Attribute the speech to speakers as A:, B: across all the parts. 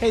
A: Hey,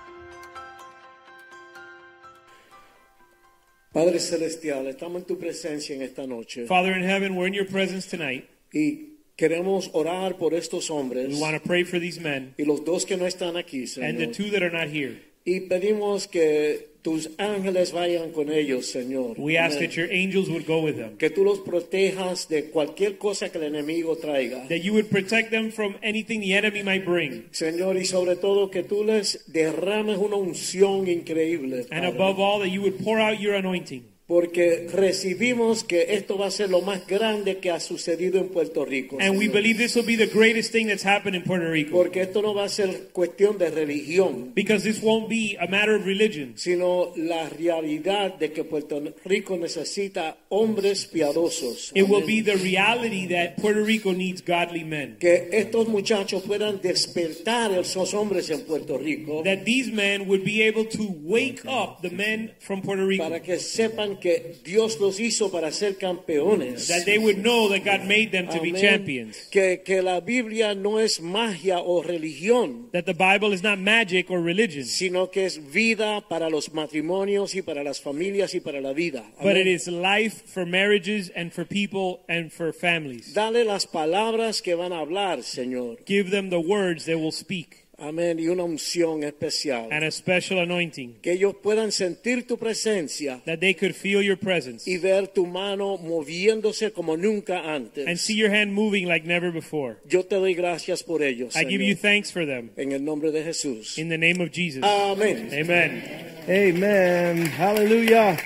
B: Padre Celestial, estamos en tu presencia en esta noche
C: Father in heaven, we're in your presence tonight.
B: y queremos orar por estos hombres
C: We want to pray for these men
B: y los dos que no están aquí,
C: and the
B: Señor.
C: two that are not here.
B: Y pedimos que tus ángeles vayan con ellos, Señor.
C: We ask
B: Amén.
C: that your angels would go with them,
B: Que tú los protejas de cualquier cosa que el enemigo traiga.
C: that you would protect them from anything the enemy might bring,
B: Señor, y sobre todo que tú les derrames una unción increíble.
C: and
B: Padre.
C: above all, that you would pour out your anointing.
B: porque recibimos que esto va a ser lo más grande que ha sucedido en Puerto Rico.
C: And we
B: Señor.
C: believe this will be the greatest thing that's happened in Puerto Rico,
B: Porque esto no va a ser cuestión de religión,
C: because this won't be a matter of religion,
B: sino la realidad de que Puerto Rico necesita hombres piadosos.
C: it will
B: Amén.
C: be the reality that Puerto Rico needs godly men.
B: que estos muchachos puedan despertar a esos hombres en Puerto Rico
C: That these men would be able to wake up the men from Puerto
B: para
C: Rico.
B: que sepan que Dios los hizo para ser campeones.
C: That they would know that God made them to be
B: Amén.
C: champions.
B: Que, que la Biblia no es magia o religión,
C: that the Bible is not magic or religion,
B: sino que es vida para los matrimonios y para las familias y para la vida.
C: but
B: Amén.
C: it is life for marriages and for people and for families.
B: Dale las palabras que van a hablar, Señor.
C: Give them the words they will speak
B: Amén. Y una unción especial.
C: and a special anointing
B: que ellos puedan sentir tu presencia
C: that they could feel your presence
B: y ver tu mano moviéndose como nunca antes.
C: and see your hand moving like never before.
B: Yo te doy gracias por ellos.
C: I give
B: Señor.
C: you thanks for them
B: en el nombre de Jesús.
C: in the name of Jesus.
B: Amén.
C: Amen.
D: Amen. Hallelujah.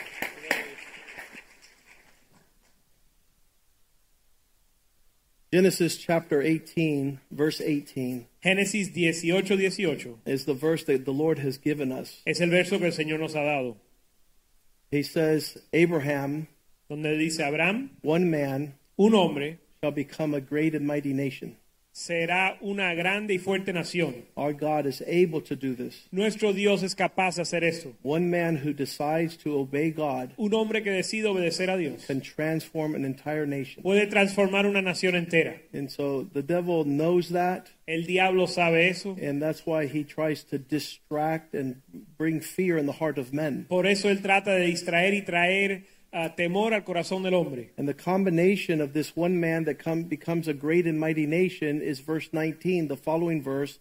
D: Genesis chapter 18, verse 18,
C: Génesis 18, 18
D: is the verse that the Lord has given us.
C: es el verso que el Señor nos ha dado,
D: He says, Abraham,
C: donde dice Abraham,
D: one man,
C: un hombre
D: shall become a great and mighty nation.
C: será una grande y fuerte nación.
D: Our God is able to do this.
C: Nuestro Dios es capaz de hacer esto.
D: One man who decides to obey God
C: Un hombre que decide obedecer a Dios
D: can transform an entire nation.
C: puede transformar una nación entera.
D: And so the devil knows that.
C: El diablo sabe eso.
D: And that's why he tries to distract and bring fear in the heart of men.
C: Por eso él trata de distraer y traer ah, temor al corazón del hombre.
D: And the combination of this one man that come, becomes a great and mighty nation is verse 19, the following verse,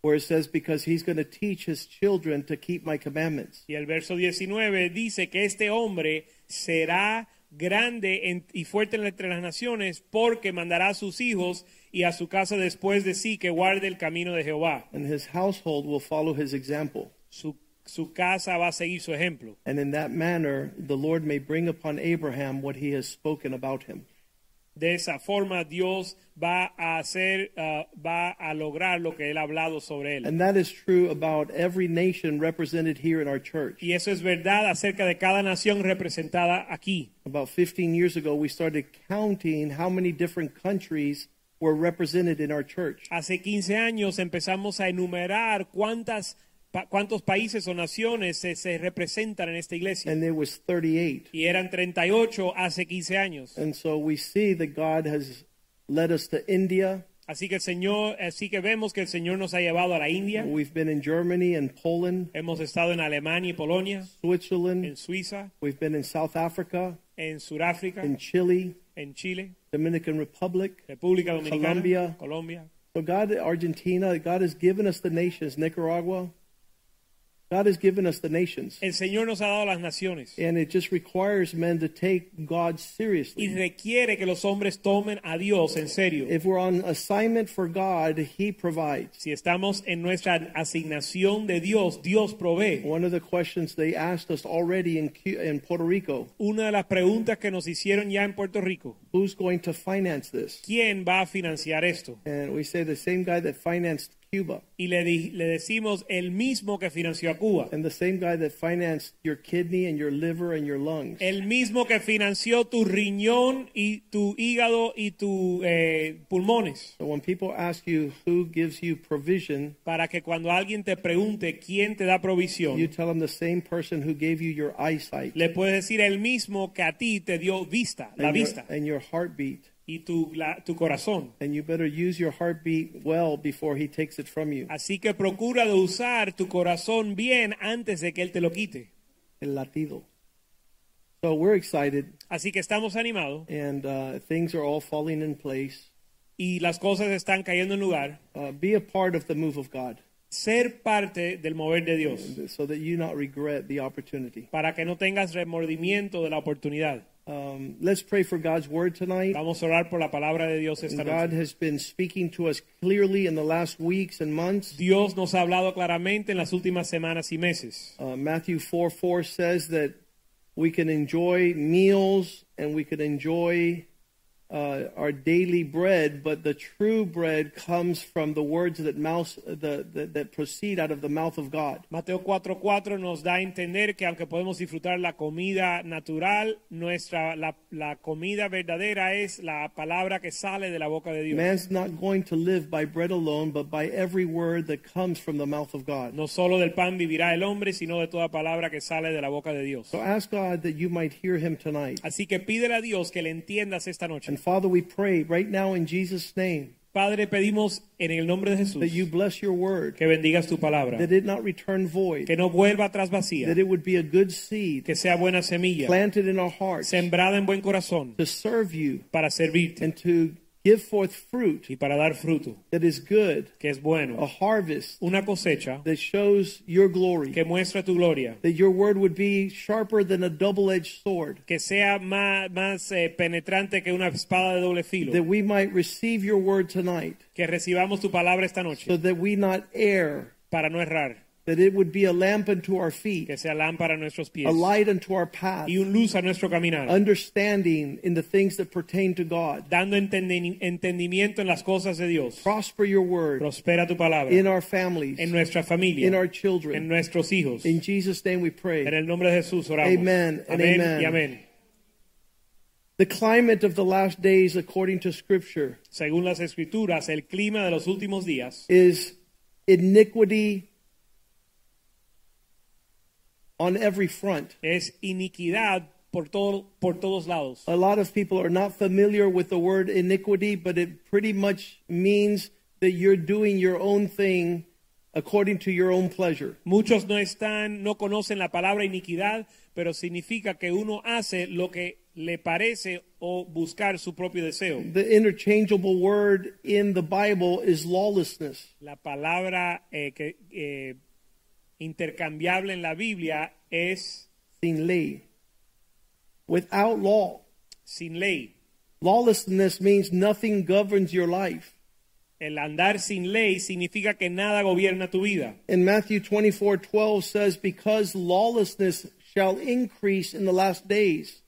D: where it says, Because he's going to teach his children to keep my commandments.
C: Y el verso 19 dice que este hombre será grande en- y fuerte entre las naciones porque mandará a sus hijos y a su casa después de sí que guarde el camino de Jehová.
D: And his household will follow his example.
C: Su, su casa va a seguir su ejemplo.
D: And in that manner, the Lord may bring upon Abraham what he has spoken about him.
C: De esa forma Dios va a hacer, ah, va a lograr lo que él ha hablado sobre él.
D: And that is true about every nation represented here in our church.
C: Y eso es verdad acerca de cada nación representada aquí.
D: About 15 years ago, we started counting how many different countries were represented in our church.
C: Hace 15 años empezamos a enumerar cuántas, pa- cuántos países o naciones se, se representan en esta iglesia.
D: And there was 38.
C: Y eran 38 hace 15 años.
D: And so we see that God has led us to India.
C: Así que el Señor, así que vemos que el Señor nos ha llevado a la India.
D: We've been in Germany and Poland,
C: Hemos estado en Alemania y Polonia, en
D: Switzerland.
C: Suiza,
D: We've been in South Africa,
C: en Sudáfrica,
D: in Chile,
C: en Chile,
D: Dominican Republic.
C: República Dominicana,
D: Colombia.
C: Colombia.
D: So God, Argentina, God has given us the nations, Nicaragua. God has given us the nations.
C: El Señor nos ha dado las naciones
D: And it just requires men to take God seriously.
C: y requiere que los hombres tomen a Dios en serio.
D: If we're on assignment for God, He provides.
C: Si estamos en nuestra asignación de Dios, Dios provee.
D: One of the questions they asked us already in, Cu- in Puerto Rico
C: Una de las preguntas que nos hicieron ya en Puerto Rico,
D: who's going to finance this?
C: ¿quién va a financiar esto?
D: And we say the same guy that financed Cuba.
C: y le, di- le decimos el mismo que financió a Cuba,
D: And the same guy that financed your kidney and your liver and your lungs.
C: el mismo que financió tu riñón y tu hígado y tus pulmones,
D: So when people ask you who gives you provision,
C: para que cuando alguien te pregunte quién te da
D: you
C: provisión,
D: tell them the same person who gave you your eyesight
C: le puedes decir el mismo que a ti te dio vista, la
D: and, your,
C: vista
D: and your heartbeat.
C: y tu, la- tu corazón.
D: And you better use your heartbeat well before he takes it from you.
C: Así que procura de usar tu corazón bien antes de que él te lo quite.
D: El latido. So we're excited,
C: Así que estamos animados
D: and uh, things are all falling in place.
C: y las cosas están cayendo en lugar.
D: Uh, be a part of the move of God
C: Ser parte del mover de Dios
D: so that you not regret the opportunity.
C: para que no tengas remordimiento de la oportunidad.
D: Um, let's pray for God's word tonight.
C: Vamos a orar por la palabra de Dios esta
D: And God
C: noche.
D: has been speaking to us clearly in the last weeks and months.
C: Dios nos ha hablado claramente en las últimas semanas y meses.
D: Uh, Matthew 4 4 says that we can enjoy meals and we can enjoy uh, our daily bread, but the true bread comes from the words that, mouth, the, that, that proceed out of the mouth of God.
C: Mateo 4:4 nos da a entender que aunque podemos disfrutar la comida natural, nuestra la, la comida verdadera es la palabra que sale de la boca de Dios.
D: Man's not going to live by bread alone, but by every word that comes from the mouth of God.
C: No solo del pan vivirá el hombre, sino de toda palabra que sale de la boca de Dios.
D: So ask God that you might hear him tonight.
C: Así que pídele a Dios que le entiendas esta noche.
D: And Father, we pray right now in Jesus' name
C: Padre, pedimos en el nombre de Jesús
D: that you bless your word,
C: que bendigas tu palabra,
D: that it not return void,
C: que no vuelva atrás vacía,
D: that it would be a good seed
C: que sea buena semilla,
D: planted in our hearts to
C: sembrada en buen corazón
D: serve you
C: para servirte
D: and to give forth
C: y
D: fruit
C: para dar fruto,
D: that is good,
C: que es
D: a
C: bueno,
D: harvest
C: una cosecha
D: that shows your glory,
C: que muestra tu gloria,
D: that your word would be sharper than a double edged sword,
C: que sea más, más eh, penetrante que una espada de doble filo,
D: that we might receive your word tonight,
C: que recibamos tu palabra esta
D: so
C: noche
D: that we not err,
C: para no errar,
D: that it would be a lamp unto our feet,
C: que sea lámpara a nuestros pies
D: a light unto our path,
C: y un luz a nuestro caminar.
D: understanding in the things that pertain to God.
C: dando entendi- entendimiento en las cosas de Dios.
D: Prosper your word
C: Prospera tu palabra
D: in our families,
C: en nuestra familia,
D: in our
C: en
D: children.
C: nuestros hijos.
D: In Jesus' name we pray.
C: en el nombre de Jesús oramos.
D: Amen and
C: amén
D: amen.
C: y amén.
D: The climate of the last days, according to Scripture,
C: Según las escrituras, el clima de los últimos días
D: is iniquity on every front.
C: es iniquidad por, todo, por todos lados.
D: A lot of people are not familiar with the word iniquity, but it pretty much means that you're doing your own thing according to your own pleasure.
C: Muchos no están, no conocen la palabra iniquidad, pero significa que uno hace lo que le parece o buscar su propio deseo.
D: The interchangeable word in the Bible is lawlessness.
C: La palabra eh, que, eh, intercambiable en la Biblia es
D: sin ley, without law.
C: sin ley.
D: Lawlessness means nothing governs your life.
C: El andar sin ley significa que nada gobierna tu vida.
D: And Matthew 24 12 says, Because lawlessness shall increase in the last days,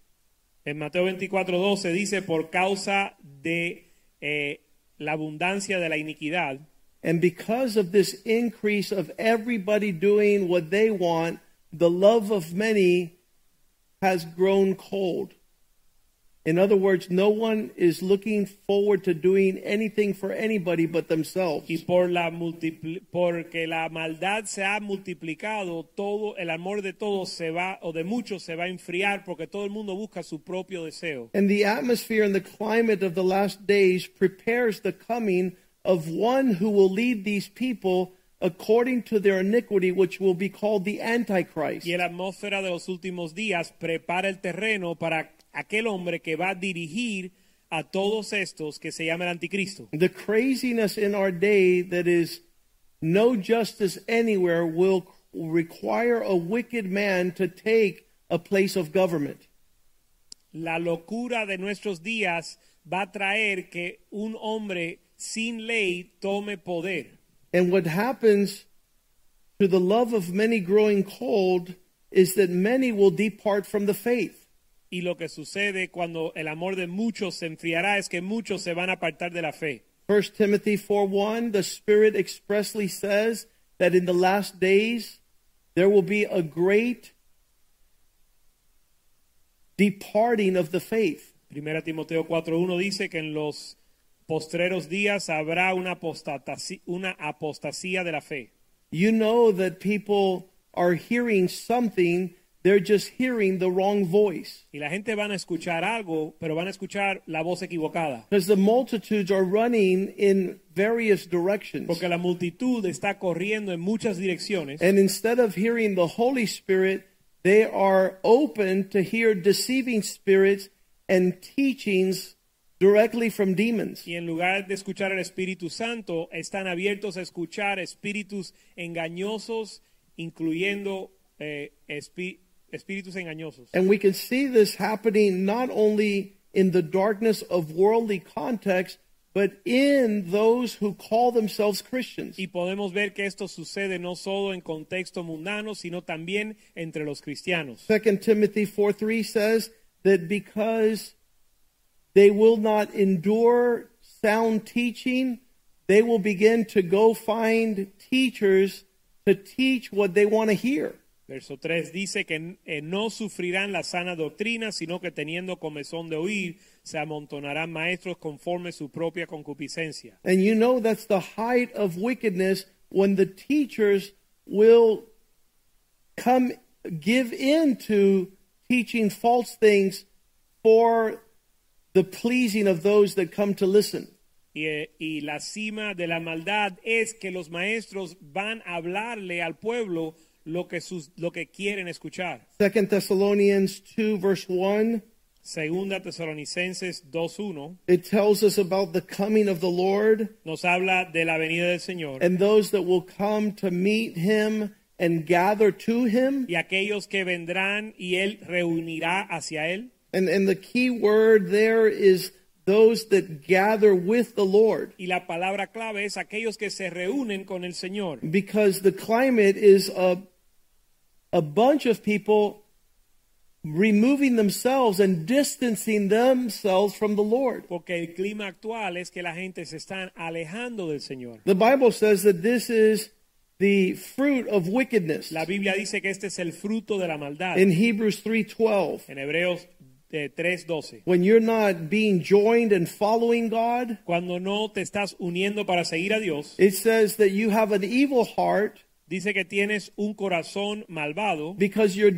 C: En Mateo 24, 12 dice, por causa de eh, la abundancia de la iniquidad
D: and because of this increase of everybody doing what they want, the love of many has grown cold. In other words, no one is looking forward to doing anything for anybody but themselves.
C: y por la multipli- porque la maldad se ha multiplicado, todo el amor de todos se va o de muchos se va a enfriar porque todo el mundo busca su propio deseo.
D: And the atmosphere and the climate of the last days prepares the coming of one who will lead these people according to their iniquity, which will be called the Antichrist.
C: Y la atmósfera de los últimos días prepara el terreno para aquel hombre que va a dirigir a todos estos que se llama el anticristo.
D: The craziness in our day that is no justice anywhere will require a wicked man to take a place of government.
C: La locura de nuestros días va a traer que un hombre sin ley tome poder.
D: And what happens to the love of many growing cold is that many will depart from the faith.
C: Y lo que sucede cuando el amor de muchos se enfriará es que muchos se van a apartar de la fe.
D: 1 Timothy 4:1 the spirit expressly says that in the last days there will be a great departing of the faith.
C: Primera Timoteo 4.1 dice que en los postreros días habrá una apostatasi- una apostasía de la fe.
D: You know that people are hearing something, they're just hearing the wrong voice.
C: Y la gente van a escuchar algo, pero van a escuchar la voz equivocada.
D: Because the multitudes are running in various directions.
C: Porque la multitud está corriendo en muchas direcciones.
D: And instead of hearing the Holy Spirit, they are open to hear deceiving spirits and teachings directly from demons.
C: Y en lugar de escuchar al Espíritu Santo, están abiertos a escuchar espíritus engañosos, incluyendo eh, espi- espíritus engañosos.
D: And we can see this happening not only in the darkness of worldly context, but in those who call themselves Christians.
C: Y podemos ver que esto sucede no solo en contexto mundano, sino también entre los cristianos.
D: 2 Timothy 4 3 says that because they will not endure sound teaching, they will begin to go find teachers to teach what they want to hear.
C: Verso 3 dice que eh, no sufrirán la sana doctrina, sino que teniendo comezón de oír, se amontonarán maestros conforme su propia concupiscencia.
D: And you know that's the height of wickedness when the teachers will come give in to teaching false things for the pleasing of those that come to listen.
C: Y, eh, y la cima de la maldad es que los maestros van a hablarle al pueblo lo que, sus, lo que quieren escuchar.
D: Second Thessalonians 2 verse 1
C: Segunda Tesalonicenses 2.1
D: It tells us about the coming of the Lord
C: nos habla de la venida del Señor.
D: and those that will come to meet him and gather to him.
C: y aquellos que vendrán y él reunirá hacia él.
D: And, and the key word there is those that gather with the Lord
C: Y la palabra clave es aquellos que se reúnen con el Señor,
D: because the climate is a, a bunch of people removing themselves and distancing themselves from the Lord.
C: porque el clima actual es que la gente se está alejando del Señor.
D: The Bible says that this is the fruit of wickedness
C: La Biblia dice que este es el fruto de la maldad.
D: in Hebrews 3:12.
C: en Hebreos eh, 3:12.
D: when you're not being joined and following God,
C: Cuando no te estás uniendo para seguir a Dios,
D: it says that you have an evil heart
C: dice que tienes un corazón malvado
D: because you're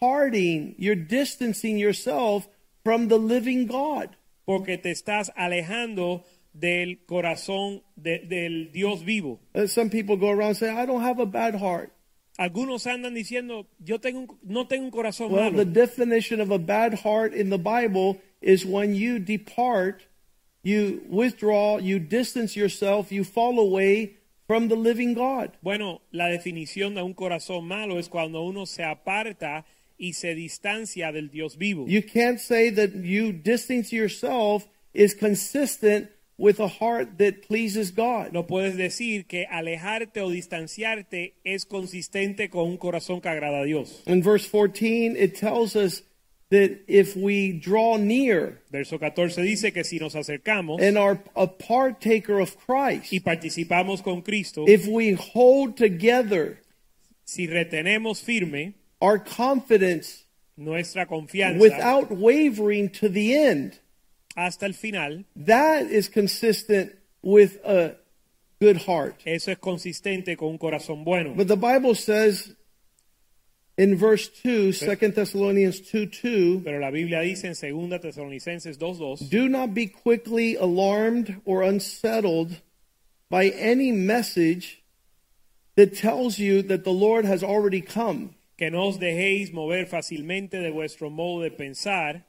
D: departing, you're distancing yourself from the living God.
C: porque te estás alejando del corazón de- del Dios vivo.
D: Uh, some people go around saying, I don't have a bad heart.
C: Algunos andan diciendo, yo tengo un- no tengo un corazón
D: Well,
C: malo.
D: the definition of a bad heart in the Bible is when you depart, you withdraw, you distance yourself, you fall away from the living God.
C: Bueno, la definición de un corazón malo es cuando uno se aparta y se distancia del Dios vivo.
D: You can't say that you distance yourself is consistent with a heart that pleases God.
C: no puedes decir que alejarte o distanciarte es consistente con un corazón que agrada a Dios.
D: In verse 14, it tells us that if we draw near
C: Verso 14 dice que si nos acercamos
D: and are a partaker of Christ,
C: y participamos con Cristo,
D: if we hold together
C: si retenemos firme
D: our confidence
C: nuestra confianza
D: without wavering to the end,
C: hasta el final,
D: that is consistent with a good heart.
C: eso es consistente con un corazón bueno.
D: But the Bible says in verse 2, 2 Thessalonians 2 2,
C: Pero la Biblia dice en 2 Tesalonicenses 2.2
D: Do not be quickly alarmed or unsettled by any message that tells you that the Lord has already come.
C: que no os dejéis mover fácilmente de vuestro modo de pensar,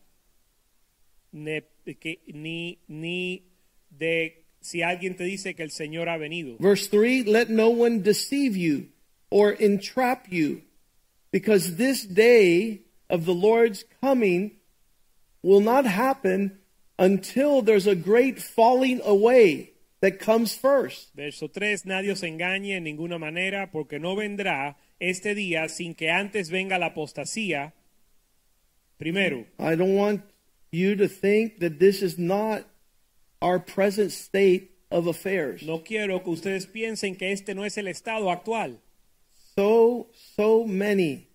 C: ne- que- ni, ni de si alguien te dice que el Señor ha venido.
D: Verse 3 Let no one deceive you or entrap you, because this day of the Lord's coming will not happen until there's a great falling away that comes first.
C: Verso 3, nadie os engañe en ninguna manera, porque no vendrá este día sin que antes venga la apostasía. Primero,
D: I don't want you to think that this is not our present state of affairs.
C: No quiero que ustedes piensen que este no es el estado actual.
D: So, so many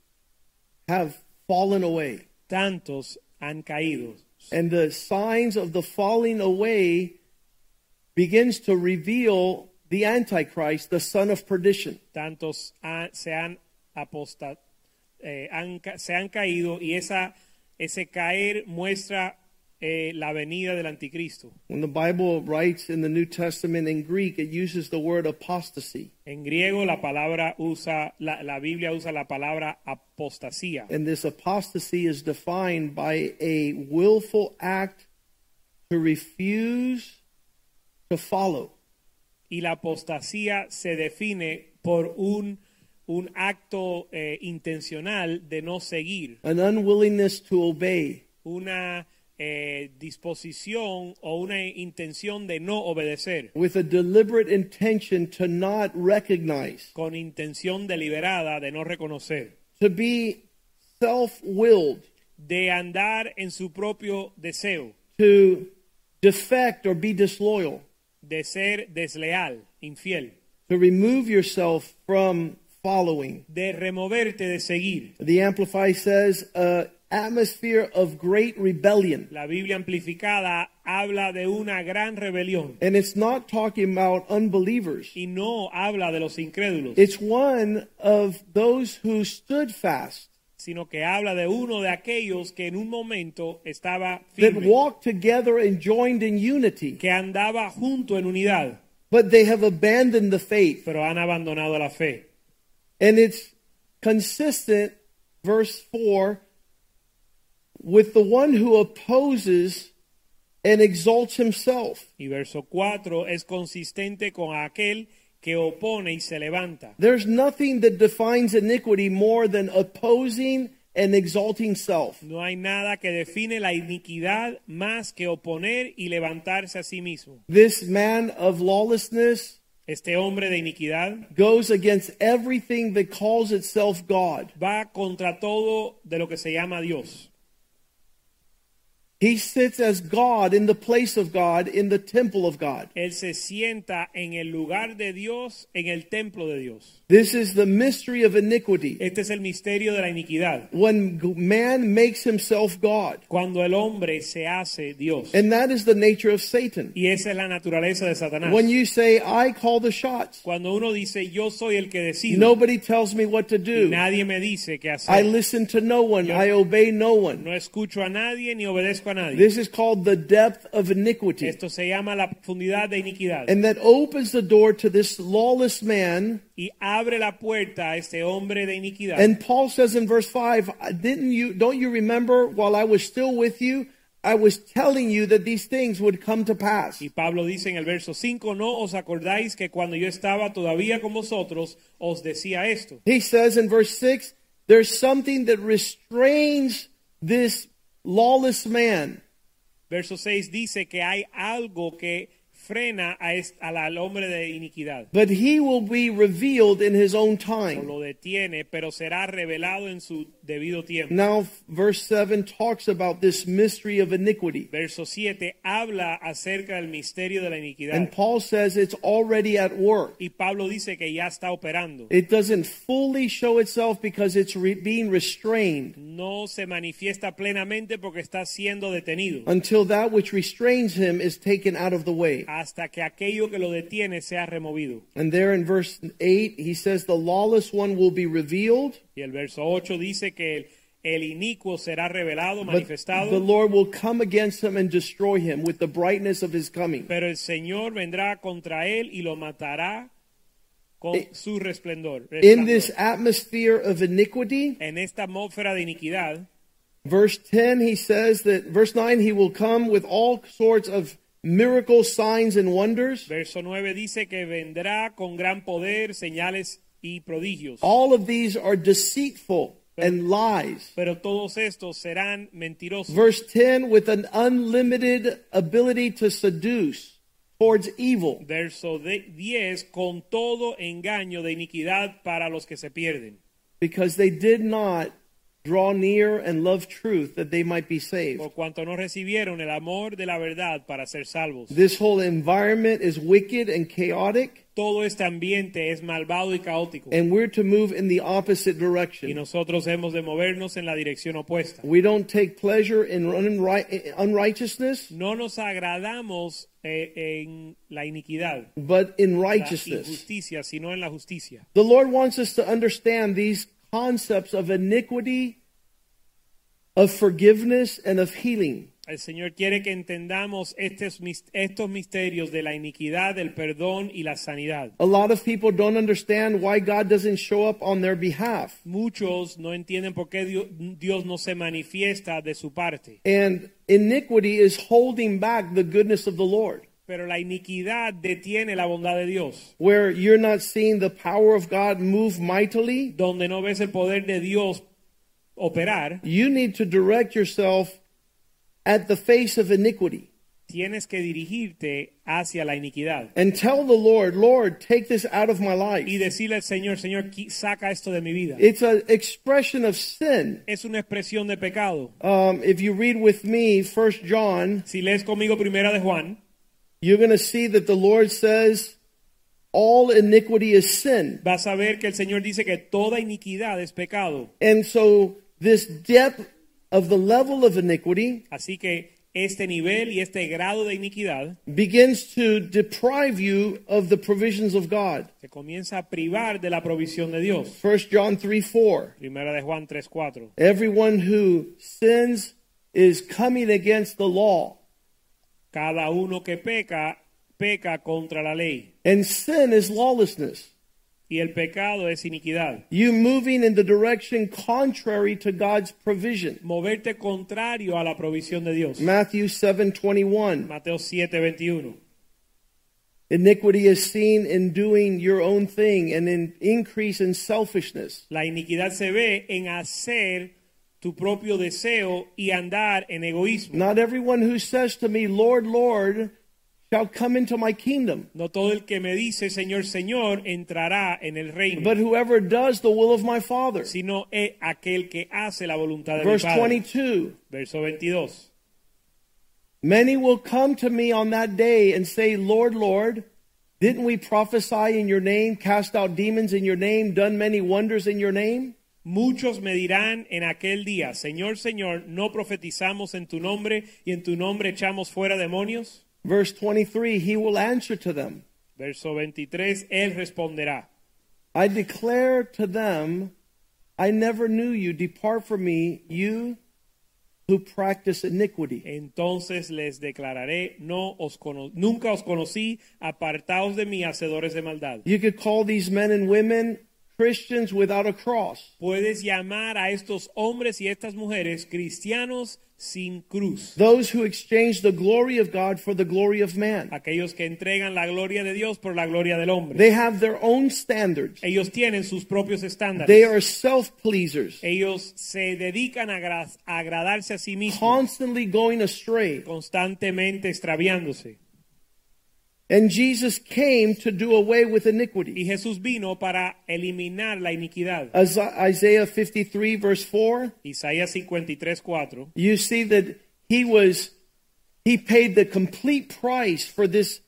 D: have fallen away.
C: Tantos han caído.
D: And the signs of the falling away begins to reveal the Antichrist, the son of perdition.
C: Tantos ha- se han apostat, eh, han ca- se han caído y esa, ese caer muestra eh, la venida del anticristo.
D: When the Bible writes in the New Testament in Greek, it uses the word apostasy.
C: En griego la palabra usa, la, la Biblia usa la palabra apostasía.
D: And this apostasy is defined by a willful act to refuse to follow.
C: Y la apostasía se define por un, un acto eh, intencional de no seguir,
D: an unwillingness to obey.
C: una eh, disposición o una intención de no obedecer,
D: with a deliberate intention to not recognize,
C: con intención deliberada de no reconocer,
D: to be self willed,
C: de andar en su propio deseo,
D: to defect or be disloyal,
C: de ser desleal, infiel,
D: to remove yourself from following.
C: de removerte de seguir.
D: The Amplify says, uh, atmosphere of great rebellion.
C: La Biblia amplificada habla de una gran rebelión
D: And it's not talking about unbelievers.
C: y no habla de los incrédulos.
D: It's one of those who stood fast,
C: sino que habla de uno de aquellos que en un momento estaba
D: that
C: firme,
D: walked together and joined in unity.
C: que andaba junto en unidad,
D: But they have abandoned the faith.
C: pero han abandonado la fe.
D: And it's consistent, verse 4, with the one who opposes and exalts himself.
C: Y verso 4 es consistente con aquel que opone y se levanta.
D: There's nothing that defines iniquity more than opposing and exalting self.
C: No hay nada que define la iniquidad más que oponer y levantarse a sí mismo.
D: This man of lawlessness
C: Este hombre de iniquidad
D: goes against everything that calls itself God.
C: va contra todo de lo que se llama Dios.
D: He sits as God in the place of God, in the temple of God.
C: Él se sienta en el lugar de Dios, en el templo de Dios.
D: This is the mystery of iniquity.
C: Este es el misterio de la iniquidad.
D: when g- man makes himself God.
C: cuando el hombre se hace Dios.
D: And that is the nature of Satan.
C: Y esa es la naturaleza de Satanás.
D: When you say, I call the shots,
C: Cuando uno dice yo soy el que decido,
D: nobody tells me what to
C: y
D: do.
C: nadie me dice qué hacer.
D: I listen to no one, I obey no one.
C: no escucho a nadie ni obedezco a nadie.
D: This is called the depth of iniquity.
C: Esto se llama la profundidad de iniquidad
D: And that opens the door to this lawless man.
C: y abre la puerta a este hombre de iniquidad.
D: And Paul says in verse 5, didn't you don't you remember while I was still with you, I was telling you that these things would come to pass.
C: y Pablo dice en el verso 5, no os acordáis que cuando yo estaba todavía con vosotros os decía esto.
D: He says in verse 6 there's something that restrains this lawless man.
C: Verso 6 dice que hay algo que frena a est- al- al hombre de iniquidad.
D: But he will be revealed in his own
C: o
D: time.
C: lo detiene, pero será revelado en su debido tiempo.
D: Now, verse 7 talks about this mystery of iniquity.
C: Verso 7 habla acerca del misterio de la iniquidad.
D: And Paul says it's already at work.
C: Y Pablo dice que ya está operando.
D: It doesn't fully show itself because it's re- being restrained
C: No se manifiesta plenamente porque está siendo detenido.
D: until that which restrains him is taken out of the way.
C: Hasta que aquello que lo detiene sea removido.
D: And there in verse 8, he says, The lawless one will be revealed.
C: Y el verso 8 dice que el, el inicuo será revelado,
D: But the
C: manifestado.
D: Lord will come against him and destroy him with the brightness of his coming.
C: Pero el Señor vendrá contra él y lo matará con
D: Eh,
C: su resplendor.
D: In
C: resplandor.
D: this atmosphere of iniquity,
C: en esta atmósfera de iniquidad,
D: verse 10, he says that, verse 9, he will come with all sorts of miracles, signs, and wonders.
C: Verso 9 dice que vendrá con gran poder, señales y prodigios.
D: All of these are deceitful and lies.
C: Pero todos estos serán mentirosos.
D: Verse 10, with an unlimited ability to seduce towards evil.
C: Verso de- 10, con todo engaño de iniquidad para los que se pierden,
D: because they did not draw near and love truth that they might be saved.
C: por cuanto no recibieron el amor de la verdad para ser salvos.
D: This whole environment is wicked and chaotic,
C: Todo este ambiente es malvado y caótico
D: and we're to move in the opposite
C: y
D: direction.
C: nosotros hemos de movernos en la dirección opuesta.
D: We don't take pleasure in unri- unrighteousness,
C: No nos agradamos eh, en la iniquidad,
D: but in
C: la
D: righteousness.
C: injusticia, sino en la justicia.
D: The Lord wants us to understand these concepts of iniquity, of forgiveness, and of healing.
C: El Señor quiere que entendamos estes mis- estos misterios de la iniquidad, del perdón y la sanidad.
D: A lot of people don't understand why God doesn't show up on their behalf.
C: Muchos no entienden por qué Dio- Dios no se manifiesta de su parte.
D: And iniquity is holding back the goodness of the Lord,
C: Pero la iniquidad detiene la bondad de Dios.
D: where you're not seeing the power of God move mightily.
C: Donde no ves el poder de Dios operar,
D: You need to direct yourself at the face of iniquity
C: tienes que dirigirte hacia la iniquidad.
D: and tell the Lord, Lord, take this out of my
C: Y
D: life.
C: decirle al Señor, Señor, qui- saca esto de mi vida.
D: It's an expression of sin.
C: Es una expresión de pecado.
D: Um, if you read with me First John,
C: Si lees conmigo primera de Juan,
D: you're going to see that the Lord says, all iniquity is sin.
C: vas a ver que el Señor dice que toda iniquidad es pecado.
D: And so this depth of the level of iniquity
C: Así que este nivel y este grado de iniquidad
D: begins to deprive you of the provisions of God.
C: se comienza a privar de la provisión de Dios.
D: 1 John 3 4.
C: Primera de Juan 3:4.
D: Everyone who sins is coming against the law.
C: Cada uno que peca peca contra la ley
D: And sin is lawlessness.
C: y el pecado es iniquidad.
D: You moving in the direction contrary to God's provision.
C: Moverte contrario a la provisión de Dios.
D: Matthew seven twenty one.
C: Mateo 7:21.
D: Iniquity is seen in doing your own thing and in increase in selfishness.
C: La iniquidad se ve en hacer tu propio deseo y andar en egoísmo.
D: Not everyone who says to me, Lord, Lord, shall come into my kingdom,
C: No todo el que me dice Señor, Señor entrará en el reino,
D: but whoever does the will of my Father.
C: sino es aquel que hace la voluntad de mi
D: Verse
C: Padre.
D: 22
C: Verso 22.
D: Many will come to me on that day and say, Lord, Lord, didn't we prophesy in your name, cast out demons in your name, done many wonders in your name?
C: Muchos me dirán en aquel día, Señor, Señor, ¿no profetizamos en tu nombre y en tu nombre echamos fuera demonios?
D: Verse 23 He will answer to them,
C: Verso 23, Él responderá,
D: I declare to them, I never knew you. Depart from me, you who practice iniquity.
C: entonces les declararé, no os cono- nunca os conocí, apartaos de mí, hacedores de maldad.
D: You could call these men and women Christians without a cross.
C: Puedes llamar a estos hombres y estas mujeres cristianos sin cruz,
D: Those who exchange the glory of God for the glory of man.
C: aquellos que entregan la gloria de Dios por la gloria del hombre.
D: They have their own standards.
C: Ellos tienen sus propios estándares.
D: They are self pleasers,
C: Ellos se dedican a, agra- a agradarse a sí mismos,
D: constantly going astray.
C: constantemente extraviándose.
D: And Jesus came to do away with
C: Y
D: iniquity.
C: Jesús vino para eliminar la iniquidad.
D: As Isaiah 53, verse 4,
C: Isaías 53, 4.
D: you see that he was, he paid the complete price for this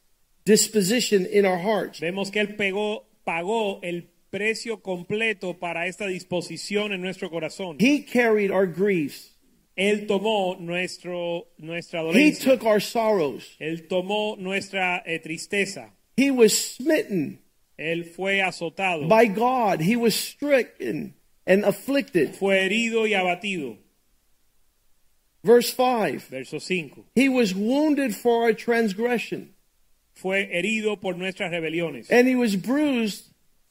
D: disposition in our hearts.
C: Vemos que Él pegó, pagó el precio completo para esta disposición en nuestro corazón.
D: He carried our griefs,
C: Él tomó nuestro, nuestra
D: he
C: dolencia.
D: took our sorrows.
C: Él tomó nuestra eh, tristeza.
D: He was smitten
C: Él fue azotado.
D: by God. He was stricken and afflicted.
C: Fue herido y abatido.
D: Verse 5
C: Verso 5.
D: He was wounded for our transgression,
C: Fue herido por nuestras rebeliones.
D: and he was bruised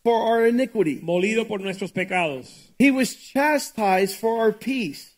D: for our iniquity.
C: Molido por nuestros pecados.
D: He was chastised for our peace.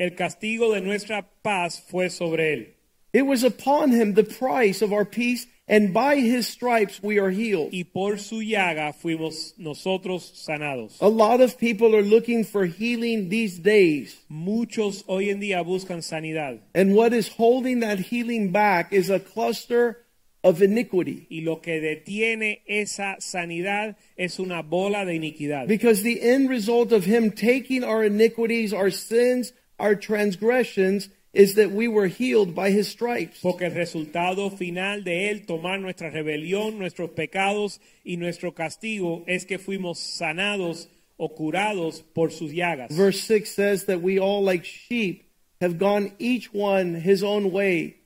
C: El castigo de nuestra paz fue sobre él.
D: It was upon him the price of our peace, and by his stripes we are healed.
C: Y por su llaga fuimos nosotros sanados.
D: A lot of people are looking for healing these days,
C: Muchos hoy en día buscan sanidad.
D: and what is holding that healing back is a cluster of iniquity.
C: Y lo que detiene esa sanidad es una bola de iniquidad.
D: Because the end result of him taking our iniquities, our sins, our transgressions is that we were healed by his stripes.
C: Porque el resultado final de Él tomar nuestra rebelión, nuestros pecados y nuestro castigo es que fuimos sanados o curados por sus llagas.
D: Verse 6 says that we all, like sheep, have gone each one his own way,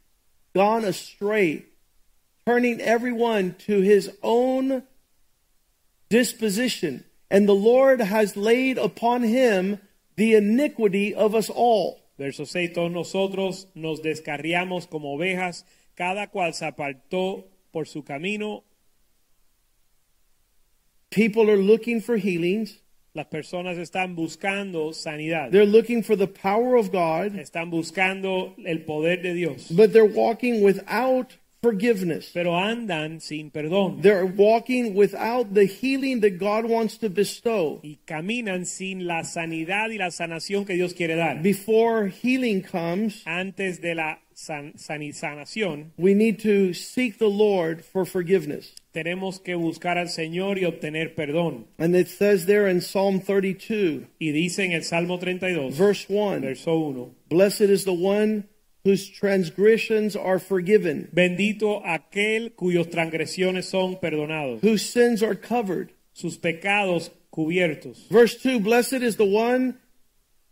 D: gone astray, turning everyone to his own disposition. And the Lord has laid upon him the iniquity of us all.
C: Verso 6, todos nosotros nos descarriamos como ovejas, cada cual se apartó por su camino.
D: People are looking for healings,
C: Las personas están buscando sanidad,
D: they're looking for the power of God,
C: están buscando el poder de Dios,
D: but they're walking without forgiveness.
C: pero andan sin perdón
D: They're walking without the healing that God wants to bestow.
C: y caminan sin la sanidad y la sanación que Dios quiere dar.
D: Before healing comes,
C: Antes de la san- sani- sanación,
D: we need to seek the Lord for forgiveness.
C: tenemos que buscar al Señor y obtener perdón.
D: And it says there in Psalm 32,
C: Y dice en el Salmo 32,
D: verse 1
C: verso 1.
D: Blessed is the one whose transgressions are forgiven,
C: Bendito aquel cuyas transgresiones son perdonados,
D: whose sins are covered.
C: sus pecados cubiertos.
D: Verse 2 Blessed is the one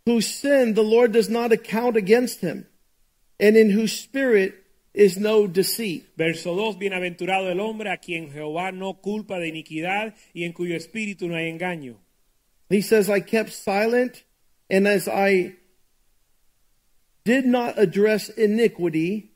D: whose sin the Lord does not account against him, and in whose spirit is no deceit.
C: Verso 2, bienaventurado el hombre a quien Jehová no culpa de iniquidad y en cuyo espíritu no hay engaño.
D: He says, I kept silent, and as I did not address iniquity,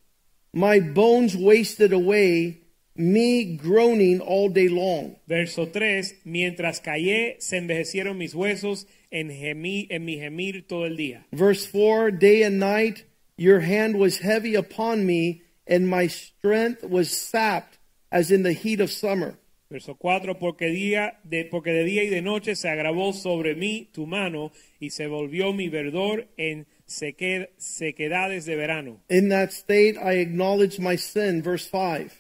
D: my bones wasted away, me groaning all day long.
C: Verso 3, mientras callé, se envejecieron mis huesos en, gemí- en mi gemir todo el día.
D: Verse 4 Day and night your hand was heavy upon me, and my strength was sapped as in the heat of summer.
C: Verso 4, porque, día de, porque de día y de noche se agravó sobre mí tu mano y se volvió mi verdor en seque- sequedades de verano.
D: In that state I acknowledged my sin. Verse 5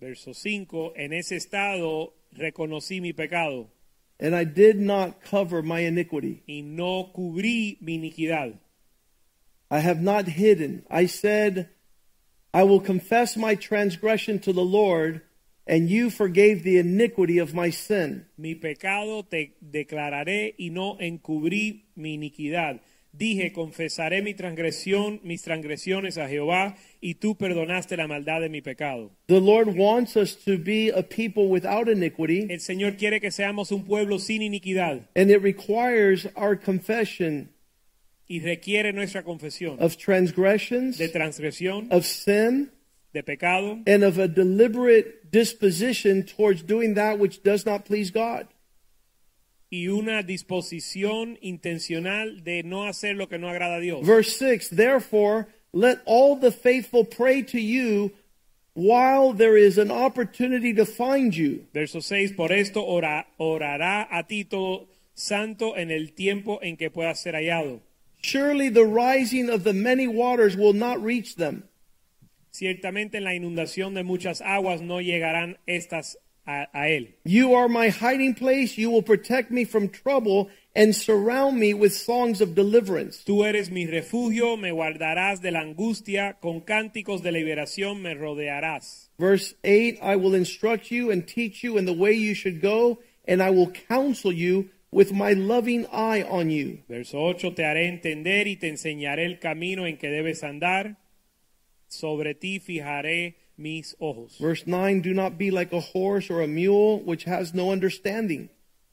C: Verso 5, en ese estado reconocí mi pecado
D: And I did not cover my iniquity.
C: y no cubrí mi iniquidad.
D: I have not hidden. I said, I will confess my transgression to the Lord, and you forgave the iniquity of my sin.
C: Mi pecado te declararé y no encubrí mi iniquidad. Dije, confesaré mi transgresión, mis transgresiones a Jehová, y tú perdonaste la maldad de mi pecado.
D: The Lord wants us to be a people without iniquity,
C: El Señor quiere que seamos un pueblo sin iniquidad
D: and it requires our confession
C: y requiere nuestra confesión
D: of transgressions,
C: de transgresión,
D: of sin,
C: de pecado
D: and of a deliberate disposition towards doing that which does not please God.
C: y una disposición intencional de no hacer lo que no agrada a Dios.
D: Verse 6 Therefore, let all the faithful pray to you while there is an opportunity to find you.
C: Verso 6, por esto ora- orará a ti todo santo en el tiempo en que pueda ser hallado.
D: Surely the rising of the many waters will not reach them.
C: Ciertamente en la inundación de muchas aguas no llegarán estas a, a él.
D: You are my hiding place. You will protect me from trouble and surround me with songs of deliverance.
C: Tú eres mi refugio, me guardarás de la angustia, con cánticos de liberación me rodearás.
D: Verse 8 I will instruct you and teach you in the way you should go, and I will counsel you with my loving eye on you.
C: Verso 8, te haré entender y te enseñaré el camino en que debes andar. Sobre ti fijaré mis ojos.
D: Verse 9 Do not be like a horse or a mule which has no understanding.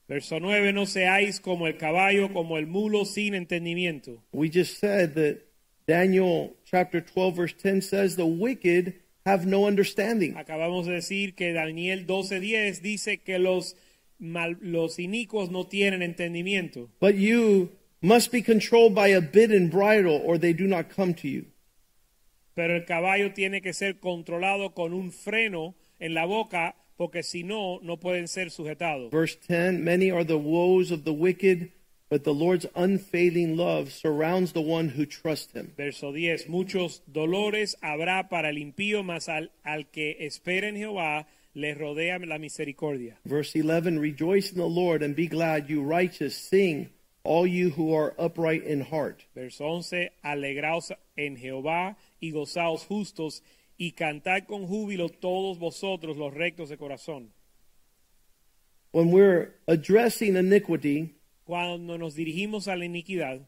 C: Verso 9, no seáis como el caballo, como el mulo sin entendimiento.
D: We just said that Daniel chapter 12, verse 10 says, The wicked have no understanding.
C: Acabamos de decir que Daniel 12:10 dice que los, mal- los inicuos no tienen entendimiento.
D: But you must be controlled by a bit and bridle, or they do not come to you.
C: Pero el caballo tiene que ser controlado con un freno en la boca, porque si no, no pueden ser sujetados.
D: Verse 10 Many are the woes of the wicked, but the Lord's unfailing love surrounds the one who trusts him.
C: Verso 10, muchos dolores habrá para el impío, mas al, al que espera en Jehová le rodea la misericordia.
D: Verse 11 Rejoice in the Lord and be glad, you righteous. Sing, all you who are upright in heart.
C: Verso 11, alegraos en Jehová y gozaos justos y cantad con júbilo todos vosotros los rectos de corazón.
D: When we're addressing iniquity,
C: Cuando nos dirigimos a la iniquidad,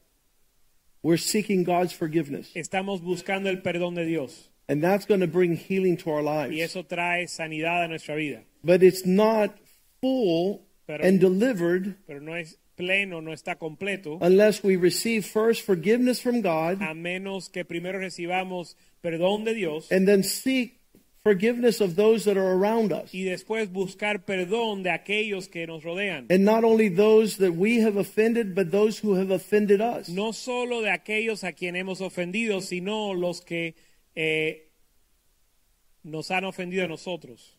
D: we're seeking God's forgiveness.
C: estamos buscando el perdón de Dios
D: And that's going to bring healing to our
C: y
D: lives.
C: eso trae sanidad a nuestra vida,
D: But it's not full
C: Pero-
D: and delivered
C: pero no es pleno, no está completo,
D: unless we receive first forgiveness from God
C: a menos que primero recibamos perdón de Dios
D: and then seek forgiveness of those that are around us.
C: y después buscar perdón de aquellos que nos rodean.
D: And not only those that we have offended, but those who have offended us.
C: no solo de aquellos a quien hemos ofendido, sino los que eh, nos han ofendido a nosotros.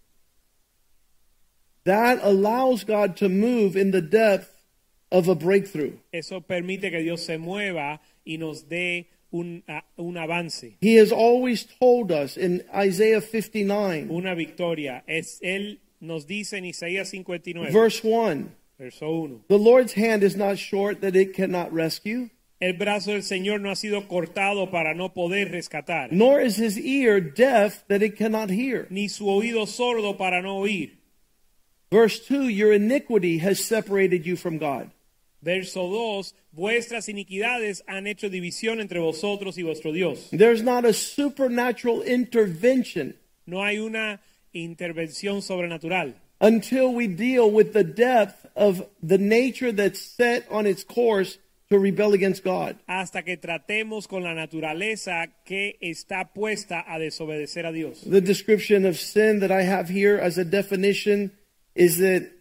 D: That allows God to move in the depth of a breakthrough.
C: Eso permite que Dios se mueva y nos dé un, a- un avance,
D: He has always told us in Isaiah 59,
C: una victoria. Es, él nos dice en Isaías 59,
D: verse 1
C: verso 1,
D: The Lord's hand is not short that it cannot rescue,
C: el brazo del Señor no ha sido cortado para no poder rescatar,
D: nor is his ear deaf that it cannot hear.
C: ni su oído sordo para no oír.
D: Verse 2 Your iniquity has separated you from God.
C: Verso 2, vuestras iniquidades han hecho división entre vosotros y vuestro Dios.
D: There's not a supernatural intervention
C: No hay una intervención sobrenatural
D: until we deal with the depth of the nature that's set on its course to rebel against God.
C: hasta que tratemos con la naturaleza que está puesta a desobedecer a Dios.
D: The description of sin that I have here as a definition is that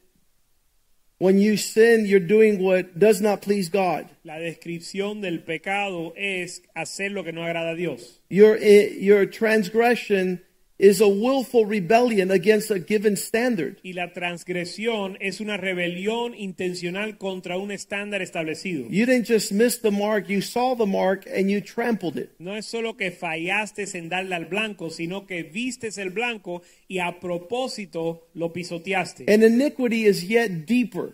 D: when you sin, you're doing what does not please God.
C: La descripción del pecado es hacer lo que no agrada a Dios.
D: Your, eh, your transgression is a willful rebellion against a given standard.
C: Y la transgresión es una rebelión intencional contra un estándar establecido.
D: You didn't just miss the mark, you saw the mark and you trampled it.
C: No es solo que fallaste en darle al blanco, sino que vistes el blanco y a propósito lo pisoteaste.
D: And iniquity is yet deeper.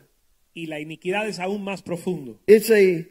C: Y la iniquidad es aún más profundo.
D: It's a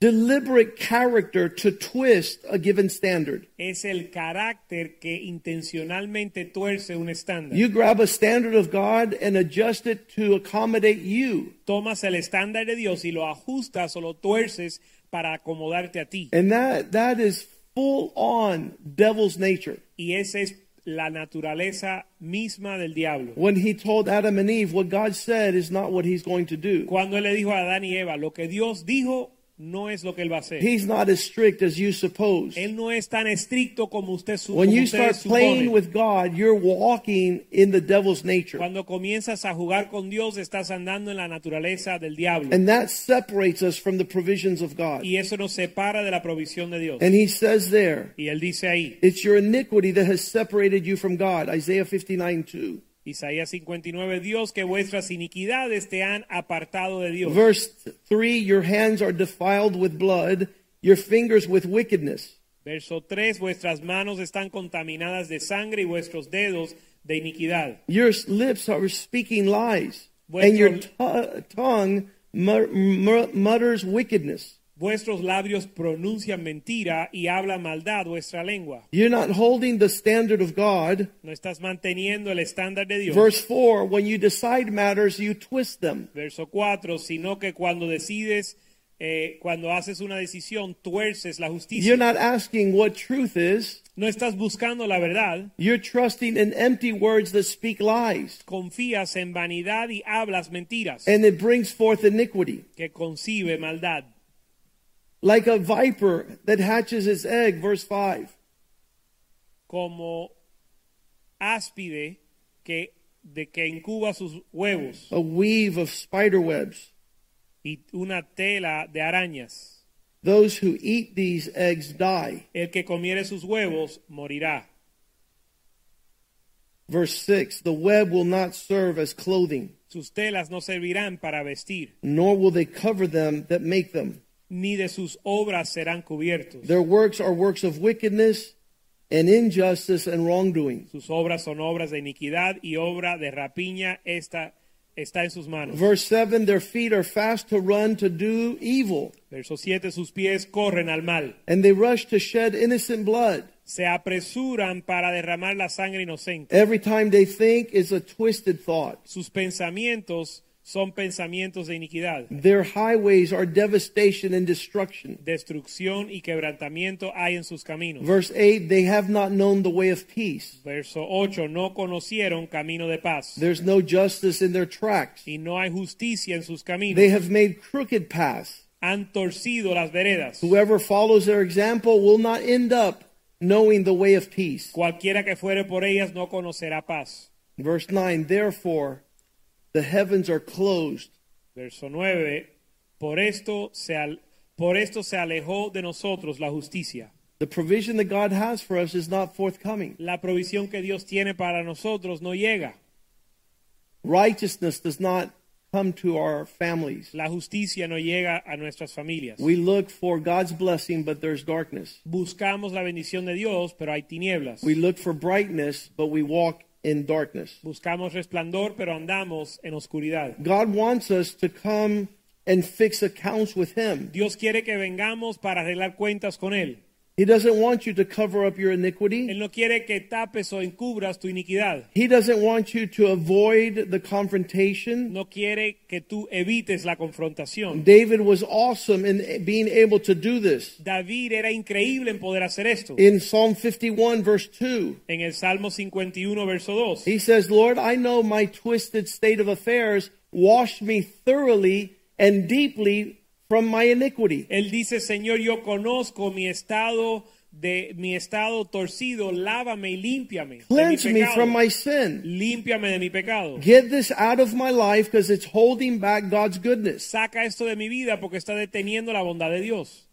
D: deliberate character to twist a given standard.
C: es el carácter que intencionalmente tuerce un estándar.
D: You grab a standard of God and adjust it to accommodate you.
C: Tomas el estándar de Dios y lo ajustas o lo tuerces para acomodarte a ti.
D: And that that is full on devil's nature.
C: Y esa es la naturaleza misma del diablo.
D: When he told Adam and Eve what God said is not what he's going to do.
C: Cuando él le dijo a Adán y Eva, lo que Dios dijo no es lo que él va a hacer.
D: He's not as strict as you suppose.
C: él no es tan estricto como usted su-
D: When
C: como
D: you
C: ustedes
D: start playing
C: suponen.
D: with God, you're walking in the devil's nature.
C: Cuando comienzas a jugar con Dios, estás andando en la naturaleza del diablo.
D: And that separates us from the provisions of God.
C: y eso nos separa de la provisión de Dios.
D: And he says there,
C: y él dice ahí,
D: It's your iniquity that has separated you from God. Isaiah 59 2.
C: Isaías 59, Dios, que vuestras iniquidades te han apartado de Dios.
D: Verse 3 Your hands are defiled with blood, your fingers with wickedness.
C: Verso 3, vuestras manos están contaminadas de sangre y vuestros dedos de iniquidad.
D: Your lips are speaking lies,
C: Vuestro-
D: and your tu- tongue mur- mur- mutters wickedness.
C: Vuestros labios pronuncian mentira y habla maldad vuestra lengua.
D: You're not holding the standard of God.
C: No estás manteniendo el estándar de Dios.
D: Verse 4 When you decide matters, you twist them.
C: Verso 4, sino que cuando decides, eh, cuando haces una decisión, tuerces la justicia.
D: You're not asking what truth is.
C: no estás buscando la verdad,
D: You're trusting in empty words that speak lies,
C: confías en vanidad y hablas mentiras,
D: and it brings forth iniquity.
C: que concibe maldad.
D: like a viper that hatches its egg, verse 5.
C: como áspide que, de que incuba sus huevos
D: A weave of spider webs.
C: y una tela de arañas.
D: Those who eat these eggs die.
C: El que comiere sus huevos morirá.
D: Verse 6. The web will not serve as clothing.
C: Sus telas no servirán para vestir,
D: nor will they cover them that make them.
C: ni de sus obras serán cubiertos.
D: Their works are works of wickedness and injustice and wrongdoing.
C: Sus obras son obras de iniquidad y obra de rapiña esta está en sus manos.
D: Verse 7 Their feet are fast to run to do evil,
C: Verso 7, sus pies corren al mal,
D: and they rush to shed innocent blood.
C: se apresuran para derramar la sangre inocente.
D: Every time they think is a twisted thought.
C: Sus pensamientos son pensamientos de iniquidad.
D: Their highways are devastation and destruction.
C: Destrucción y quebrantamiento hay en sus caminos.
D: Verse 8 They have not known the way of peace.
C: Verso 8, no conocieron camino de paz
D: There's no justice in their tracks.
C: y no hay justicia en sus
D: They
C: caminos.
D: have made crooked paths.
C: Han torcido las veredas.
D: Whoever follows their example will not end up knowing the way of peace.
C: Cualquiera que fuere por ellas no conocerá paz.
D: Verse 9 Therefore, the heavens are closed,
C: Verso 9, por esto se al- por esto se alejó de nosotros la justicia.
D: The provision that God has for us is not forthcoming.
C: La provisión que Dios tiene para nosotros no llega.
D: Righteousness does not come to our families.
C: La justicia no llega a nuestras familias.
D: We look for God's blessing, but there's darkness.
C: Buscamos la bendición de Dios, pero hay tinieblas.
D: We look for brightness, but we walk in darkness.
C: Buscamos resplandor, pero andamos en oscuridad.
D: God wants us to come and fix accounts with Him.
C: Dios quiere que vengamos para arreglar cuentas con Él.
D: He doesn't want you to cover up your iniquity.
C: Él no quiere que tapes o encubras tu iniquidad.
D: He doesn't want you to avoid the confrontation.
C: No quiere que tú evites la confrontación.
D: David was awesome in being able to do this.
C: David era increíble en poder hacer esto.
D: In Psalm 51, verse 2,
C: En el Salmo 51, verso 2.
D: he says, Lord, I know my twisted state of affairs. Wash me thoroughly and deeply from my iniquity.
C: Él dice, Señor, yo conozco mi estado de mi estado torcido, lávame y límpiame. de mi
D: Cleanse me
C: pecado.
D: from my sin.
C: Límpiame de mi pecado.
D: Get this out of my life because it's holding back God's goodness.
C: Saca esto de mi vida porque está deteniendo la bondad de Dios.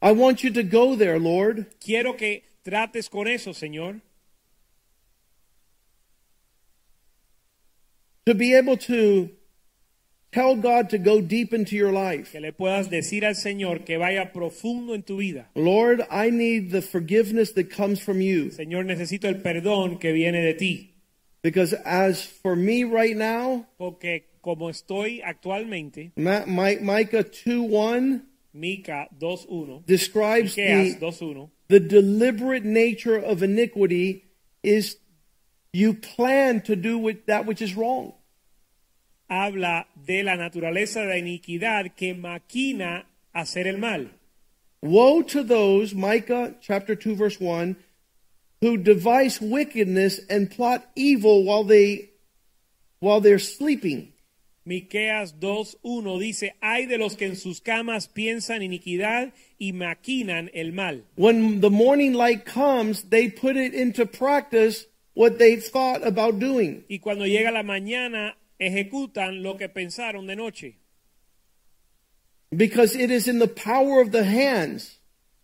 D: I want you to go there, Lord.
C: Quiero que trates con eso, Señor.
D: To be able to tell God to go deep into your life.
C: Que le puedas decir al Señor que vaya profundo en tu vida.
D: Lord, I need the forgiveness that comes from you.
C: Señor, necesito el perdón que viene de ti.
D: Because as for me right now,
C: Porque como estoy actualmente,
D: Ma- Mi- Micah 2 1
C: Mica 2.1,
D: describes
C: Miqueas
D: the,
C: 2.1,
D: the deliberate nature of iniquity is you plan to do with that which is wrong.
C: habla de la naturaleza de la iniquidad que maquina hacer el mal.
D: Woe to those, Micah chapter 2, verse 1, who devise wickedness and plot evil while they while they're sleeping.
C: Miqueas 2.1 dice, hay de los que en sus camas piensan iniquidad y maquinan el mal.
D: When the morning light comes, they put it into practice what they thought about doing.
C: Y cuando llega la mañana, ejecutan lo que pensaron de noche.
D: Because it is in the power of the hands.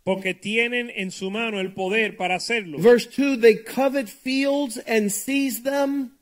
C: Porque tienen en su mano el poder para hacerlo.
D: Verse 2 They covet fields and seize them,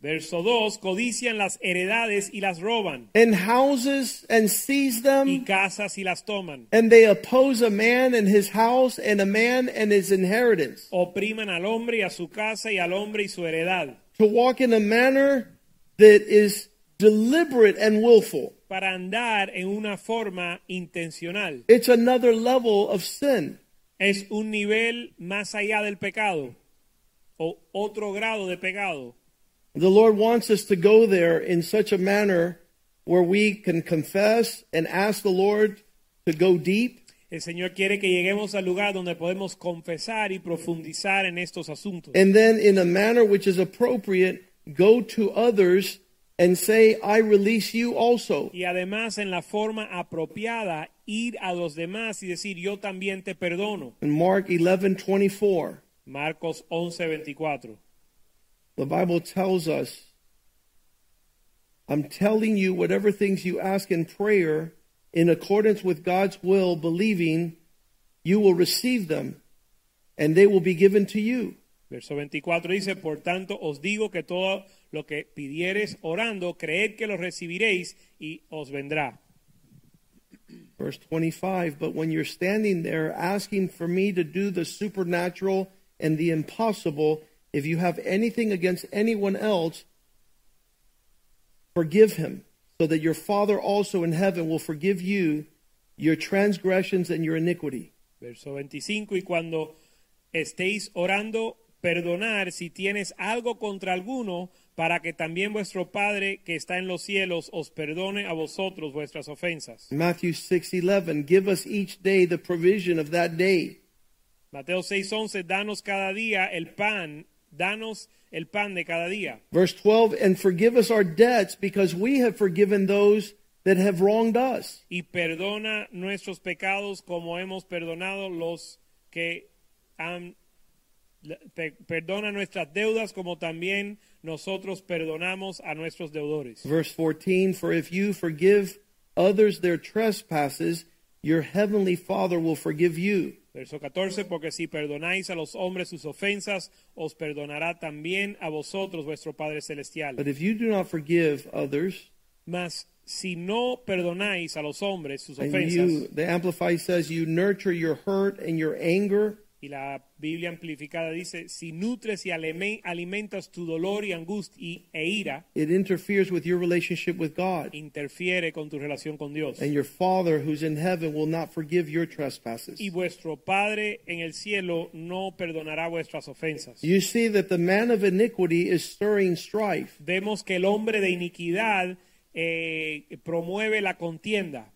C: Verso 2, codician las heredades y las roban,
D: and houses and seize
C: y
D: them,
C: casas y las toman.
D: and they oppose a man and his house, and a man and his inheritance.
C: Opriman al hombre y a su casa y al hombre y su heredad,
D: to walk in a manner that is deliberate and willful.
C: para andar en una forma intencional.
D: It's another level of sin.
C: Es un nivel más allá del pecado, o otro grado de pecado.
D: The Lord wants us to go there in such a manner where we can confess and ask the Lord to go deep
C: El Señor quiere que lleguemos al lugar donde podemos confesar y profundizar en estos asuntos.
D: and then in a manner which is appropriate go to others and say I release you also.
C: Y además en la forma apropiada ir a los demás y decir yo también te perdono.
D: In Mark 11:24
C: Marcos 11:24.
D: the Bible tells us I'm telling you, whatever things you ask in prayer, in accordance with God's will, believing, you will receive them, and they will be given to you.
C: Verso 24 dice, por tanto os digo que todo lo que pidiereis orando, creed que lo recibiréis y os vendrá.
D: Verse 25, but when you're standing there asking for me to do the supernatural and the impossible, if you have anything against anyone else, forgive him, so that your Father also in heaven will forgive you your transgressions and your iniquity.
C: Verso 25, y cuando estéis orando, perdonar si tienes algo contra alguno, para que también vuestro Padre que está en los cielos os perdone a vosotros vuestras ofensas.
D: Matthew 6:11, give us each day the provision of that day.
C: Mateo 6:11, danos cada día el pan, danos el pan de cada día.
D: Verse 12, and forgive us our debts because we have forgiven those that have wronged us.
C: Y perdona nuestros pecados como hemos perdonado los que han... pe- perdona nuestras deudas como también nosotros perdonamos a nuestros deudores.
D: Verse 14, for if you forgive others their trespasses, your heavenly Father will forgive you.
C: Verso 14, porque si perdonáis a los hombres sus ofensas, os perdonará también a vosotros vuestro Padre
D: But
C: Celestial.
D: if you do not forgive others,
C: Mas si no perdonáis a los hombres sus
D: and
C: ofensas,
D: you, the Amplified says, you nurture your hurt and your anger,
C: y la Biblia amplificada dice, si nutres y alime- alimentas tu dolor y angustia y, e ira,
D: it interferes with your relationship with God.
C: interfiere con tu relación con Dios.
D: And your Father who's in heaven will not forgive your trespasses.
C: Y vuestro Padre en el cielo no perdonará vuestras ofensas.
D: You see that the man of iniquity is stirring strife.
C: Vemos que el hombre de iniquidad eh, promueve la contienda.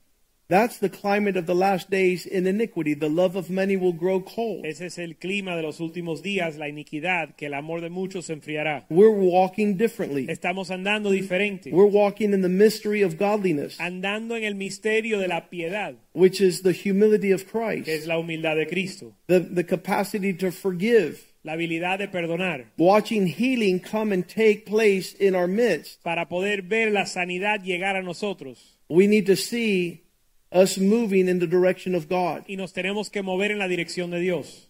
D: That's the climate of the last days in iniquity. The love of many will grow cold.
C: Ese es el clima de los últimos días, la iniquidad, que el amor de muchos se enfriará.
D: We're walking differently.
C: Estamos andando diferente,
D: We're walking in the mystery of godliness,
C: andando en el misterio de la piedad,
D: which is the humility of
C: que es
D: Christ,
C: la humildad de Cristo,
D: the, the capacity to forgive,
C: la habilidad de perdonar,
D: watching healing come and take place in our midst.
C: para poder ver la sanidad llegar a nosotros.
D: We need to see us moving in the direction of God.
C: Y nos tenemos que mover en la dirección de Dios.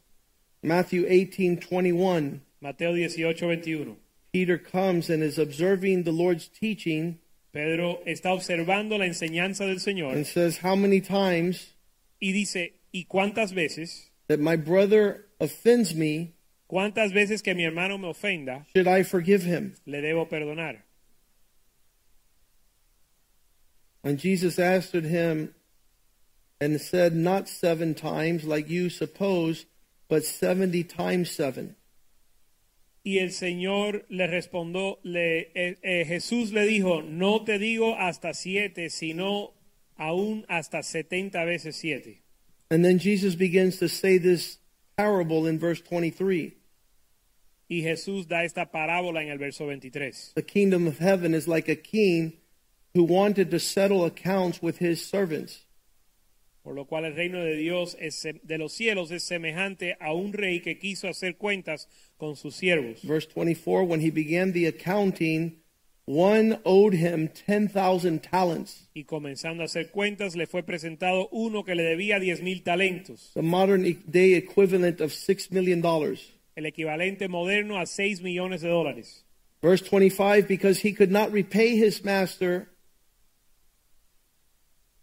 D: Matthew 18 21.
C: Mateo 18, 21.
D: Peter comes and is observing the Lord's teaching
C: Pedro está observando la enseñanza del Señor
D: and says, How many times
C: y dice, ¿y cuántas veces,
D: that my brother offends me
C: cuántas veces que mi hermano me ofenda,
D: should I forgive him?
C: le debo perdonar?
D: And Jesus answered him and said, Not seven times like you suppose, but seventy times seven.
C: Y el Señor le respondió, le- eh, eh, Jesús le dijo, no te digo hasta siete, sino aún hasta setenta veces siete.
D: And then Jesus begins to say this parable in verse 23.
C: Y Jesús da esta parábola en el verso 23.
D: The kingdom of heaven is like a king who wanted to settle accounts with his servants.
C: Por lo cual el reino de Dios es se- de los cielos es semejante a un rey que quiso hacer cuentas con sus siervos.
D: Verse 24 When he began the accounting, one owed him 10,000 talents.
C: Y comenzando a hacer cuentas, le fue presentado uno que le debía diez mil talentos,
D: the modern e- day equivalent of $6 million.
C: el equivalente moderno a seis millones de dólares.
D: Verse 25, because he could not repay his master,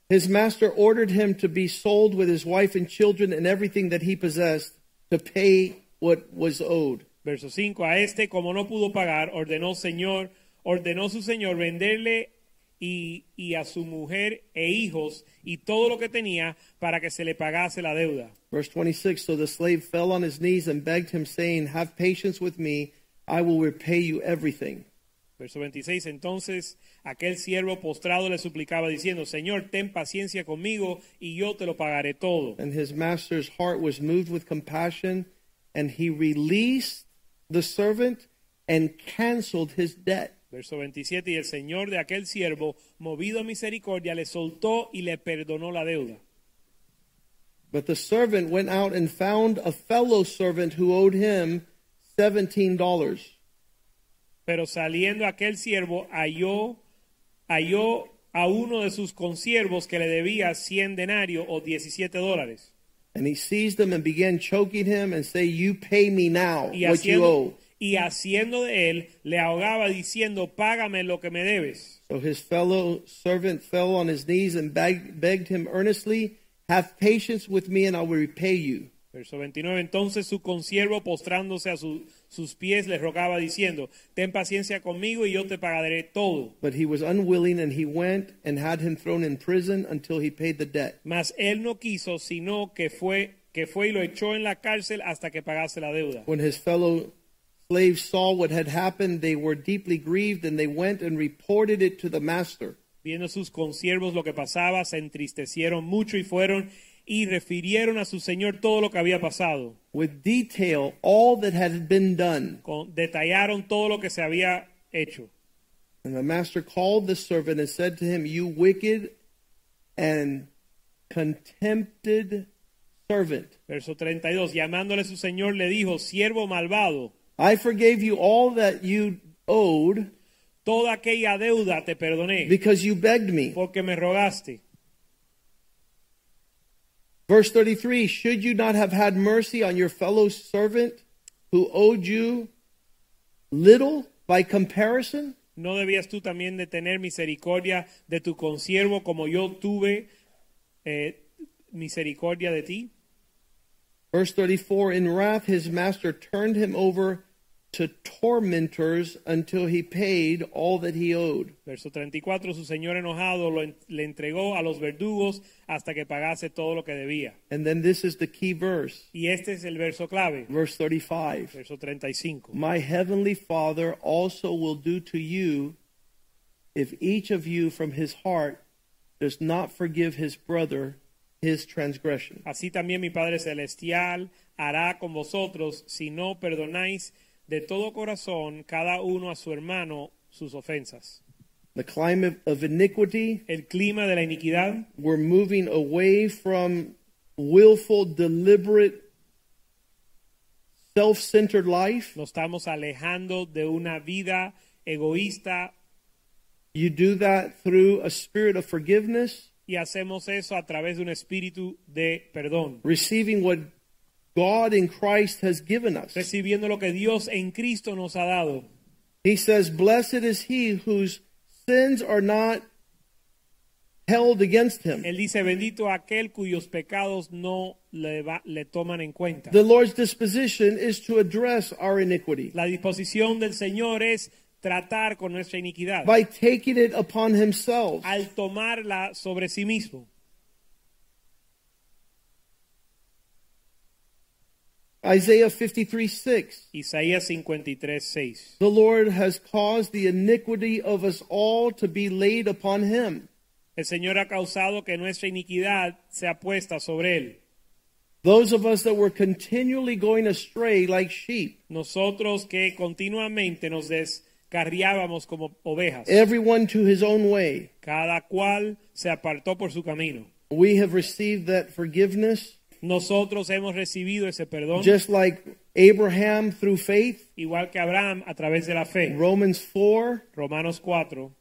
D: his master ordered him to be sold with his wife and children and everything that he possessed to pay what was owed.
C: Verso 5, a este como no pudo pagar, ordenó Señor, ordenó su Señor venderle y, y a su mujer e hijos y todo lo que tenía para que se le pagase la deuda.
D: Verse 26, so the slave fell on his knees and begged him, saying, Have patience with me, I will repay you everything.
C: Verso 26, entonces aquel siervo postrado le suplicaba diciendo, Señor, ten paciencia conmigo y yo te lo pagaré todo.
D: And his master's heart was moved with compassion, and he released the servant and canceled his debt.
C: Verso 27, y el Señor de aquel siervo, movido a misericordia, le soltó y le perdonó la deuda.
D: But the servant went out and found a fellow servant who owed him $17.
C: Pero saliendo aquel siervo halló, halló a uno de sus consiervos que le debía 100 denarios o 17 dólares.
D: And he seized him and began choking him and say, You pay me now
C: y
D: what you
C: haciendo,
D: owe.
C: y haciendo de él, le ahogaba diciendo, págame lo que me debes.
D: So his fellow servant fell on his knees and beg- begged him earnestly, Have patience with me and I will repay you.
C: Verso 29, entonces su consiervo postrándose a su- sus pies le rogaba diciendo, ten paciencia conmigo y yo te pagaré todo.
D: But he was unwilling and he went and had him thrown in prison until he paid the debt.
C: Mas él no quiso, sino que fue, que fue y lo echó en la cárcel hasta que pagase la deuda.
D: When his fellow slaves saw what had happened, they were deeply grieved and they went and reported it to the master.
C: Viendo sus consiervos lo que pasaba, se entristecieron mucho y fueron y refirieron a su señor todo lo que había pasado.
D: with detail all that had been done.
C: Con- detallaron todo lo que se había hecho.
D: And the master called the servant and said to him, You wicked and contempted servant,
C: Verso 32, llamándole su señor le dijo, siervo malvado,
D: I forgave you all that you owed
C: toda aquella deuda te perdoné
D: because you begged me.
C: porque me rogaste.
D: Verse 33 Should you not have had mercy on your fellow servant who owed you little by comparison?
C: ¿No debías tú también de tener misericordia de tu consiervo como yo tuve eh, misericordia de ti?
D: Verse 34 In wrath, his master turned him over to tormentors until he paid all that he owed.
C: Verso 34, su señor enojado lo en- le entregó a los verdugos hasta que pagase todo lo que debía.
D: And then this is the key verse,
C: Y este es el verso clave,
D: verse 35.
C: verso 35.
D: My heavenly Father also will do to you if each of you from his heart does not forgive his brother his transgression.
C: Así también mi Padre Celestial hará con vosotros si no perdonáis de todo corazón cada uno a su hermano sus ofensas.
D: The climate of iniquity,
C: El clima de la iniquidad,
D: we're moving away from willful, deliberate, self centered life.
C: nos estamos alejando de una vida egoísta
D: You do that through a spirit of forgiveness,
C: y hacemos eso a través de un espíritu de perdón,
D: receiving what God in Christ has given us.
C: recibiendo lo que Dios en Cristo nos ha dado.
D: He says, Blessed is he whose sins are not held against him.
C: Él dice, bendito aquel cuyos pecados no le, va- le toman en cuenta.
D: The Lord's disposition is to address our iniquity
C: La disposición del Señor es tratar con nuestra iniquidad.
D: by taking it upon himself.
C: al tomarla sobre sí mismo.
D: Isaiah 53 6.
C: Isaías 53, 6.
D: The Lord has caused the iniquity of us all to be laid upon him.
C: El Señor ha causado que nuestra iniquidad sea puesta sobre Él.
D: Those of us that were continually going astray like sheep,
C: Nosotros que continuamente nos descarriábamos como ovejas,
D: everyone to his own way,
C: cada cual se apartó por su camino.
D: we have received that forgiveness
C: Nosotros hemos recibido ese perdón,
D: just like Abraham through faith.
C: igual que Abraham a través de la fe.
D: Romans 4,
C: Romanos 4,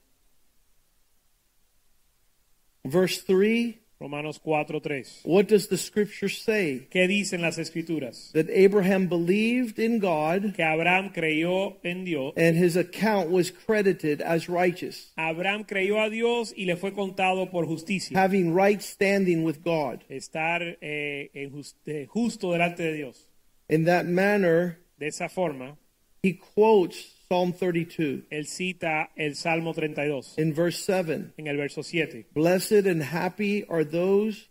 D: verse 3.
C: Romanos 4, 3.
D: What does the scripture say?
C: ¿Qué dicen las escrituras?
D: That Abraham believed in God
C: Que Abraham creyó en Dios.
D: and his account was credited as righteous,
C: Abraham creyó a Dios y le fue contado por justicia.
D: having right standing with God.
C: estar eh, en jus- eh, justo delante de Dios.
D: In that manner,
C: De esa forma,
D: he quotes Psalm 32
C: él cita el Salmo 32
D: in verse 7
C: en el verso 7.
D: Blessed and happy are those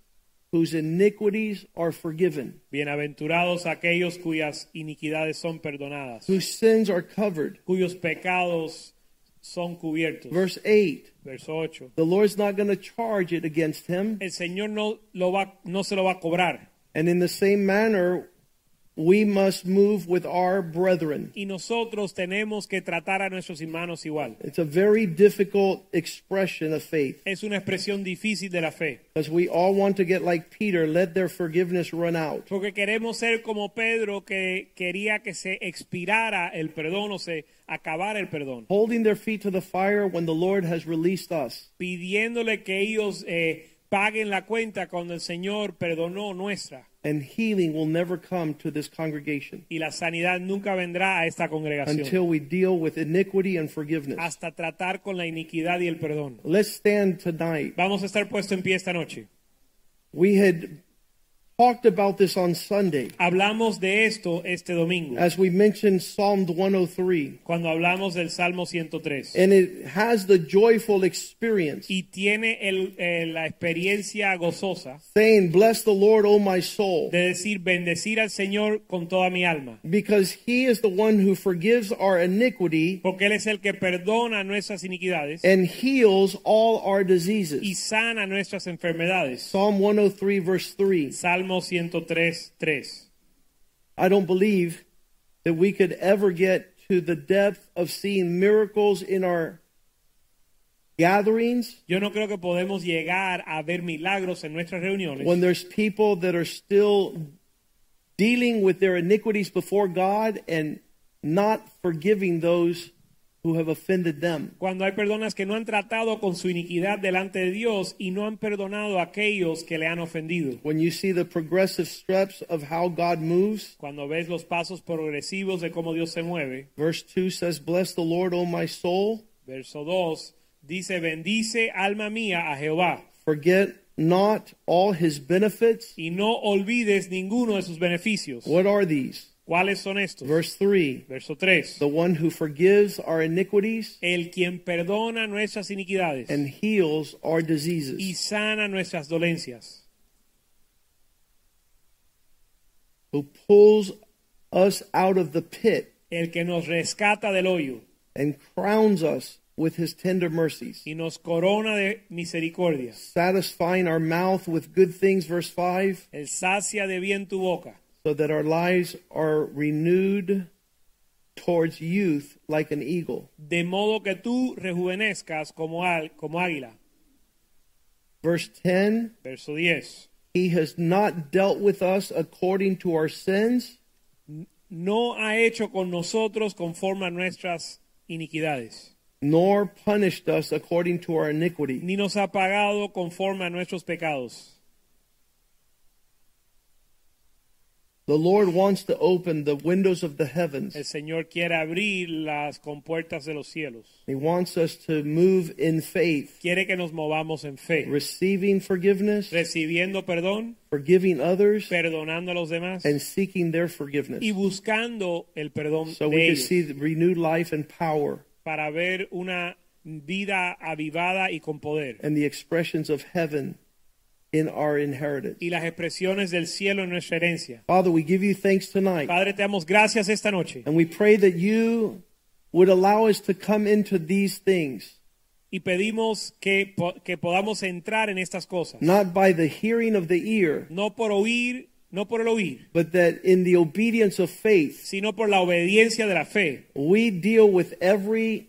D: whose iniquities are forgiven,
C: Bienaventurados aquellos cuyas iniquidades son perdonadas,
D: whose sins are covered.
C: cuyos pecados son cubiertos.
D: Verse 8
C: Verso 8.
D: The Lord's not going to charge it against him.
C: El Señor no, lo va, no se lo va a cobrar.
D: And in the same manner, we must move with our brethren.
C: Y nosotros tenemos que tratar a nuestros hermanos igual.
D: It's a very difficult expression of faith
C: Es una expresión difícil de la fe.
D: because we all want to get like Peter, let their forgiveness run out.
C: Porque queremos ser como Pedro que quería que se expirara el perdón o se acabara el perdón.
D: Holding their feet to the fire when the Lord has released us.
C: pidiéndole que ellos eh, paguen la cuenta cuando el Señor perdonó nuestra.
D: and healing will never come to this congregation
C: Y la sanidad nunca vendrá a esta congregación
D: until we deal with iniquity and forgiveness.
C: hasta tratar con la iniquidad y el perdón.
D: Let's stand tonight.
C: Vamos a estar puesto en pie esta noche.
D: We had talked about this on Sunday
C: Hablamos de esto este domingo,
D: as we mentioned Psalm 103,
C: cuando hablamos del Salmo 103.
D: and it has the joyful experience
C: Y tiene el- eh, la experiencia gozosa
D: saying, Bless the Lord, O my soul,
C: de decir, bendecir al Señor con toda mi alma.
D: because he is the one who forgives our iniquity
C: Porque Él es el que perdona nuestras iniquidades
D: and heals all our
C: y
D: diseases.
C: sana nuestras enfermedades.
D: Psalm 103, verse 3.
C: Salmo 103, 3.
D: I don't believe that we could ever get to the depth of seeing miracles in our gatherings
C: Yo no creo que podemos llegar a ver milagros en nuestras reuniones
D: when there's people that are still dealing with their iniquities before God and not forgiving those who have offended them.
C: cuando hay personas que no han tratado con su iniquidad delante de Dios y no han perdonado a aquellos que le han ofendido.
D: When you see the progressive steps of how God moves,
C: Cuando ves los pasos progresivos de cómo Dios se mueve,
D: verse 2 says, Bless the Lord, O my soul,
C: verso 2 dice, bendice alma mía a Jehová
D: forget not all his benefits.
C: y no olvides ninguno de sus beneficios.
D: What are these?
C: ¿Cuáles son estos?
D: Verse 3.
C: Verso 3.
D: the one who forgives our iniquities
C: El quien perdona nuestras iniquidades
D: and heals our
C: y
D: diseases,
C: sana nuestras dolencias.
D: who pulls us out of the pit
C: el que nos rescata del hoyo
D: and crowns us with his tender mercies,
C: y nos corona de misericordia.
D: satisfying our mouth with good things, verse 5,
C: Él sacia de bien tu boca
D: so that our lives are renewed towards youth like an eagle.
C: de modo que tú rejuvenezcas como, al- como águila.
D: Verse 10,
C: Verso 10.
D: he has not dealt with us according to our sins,
C: No ha hecho con nosotros conforme a nuestras iniquidades,
D: nor punished us according to our iniquity.
C: ni nos ha pagado conforme a nuestros pecados.
D: The Lord wants to open the windows of the heavens.
C: El Señor quiere abrir las compuertas de los cielos.
D: He wants us to move in faith,
C: Quiere que nos movamos en fe,
D: receiving forgiveness,
C: recibiendo perdón,
D: forgiving others,
C: perdonando a los demás
D: and seeking their forgiveness.
C: y buscando el perdón
D: So
C: de
D: we can
C: ellos.
D: see the renewed life and power
C: para ver una vida avivada y con poder
D: and the expressions of heaven in our inheritance.
C: y las expresiones del cielo en nuestra herencia.
D: Father, we give you thanks tonight,
C: Padre, te damos gracias esta noche
D: and we pray that you would allow us to come into these things,
C: y pedimos que, po- que podamos entrar en estas cosas,
D: not by the hearing of the ear,
C: no por oír, no por el oír,
D: but that in the obedience of faith,
C: sino por la obediencia de la fe,
D: we deal with every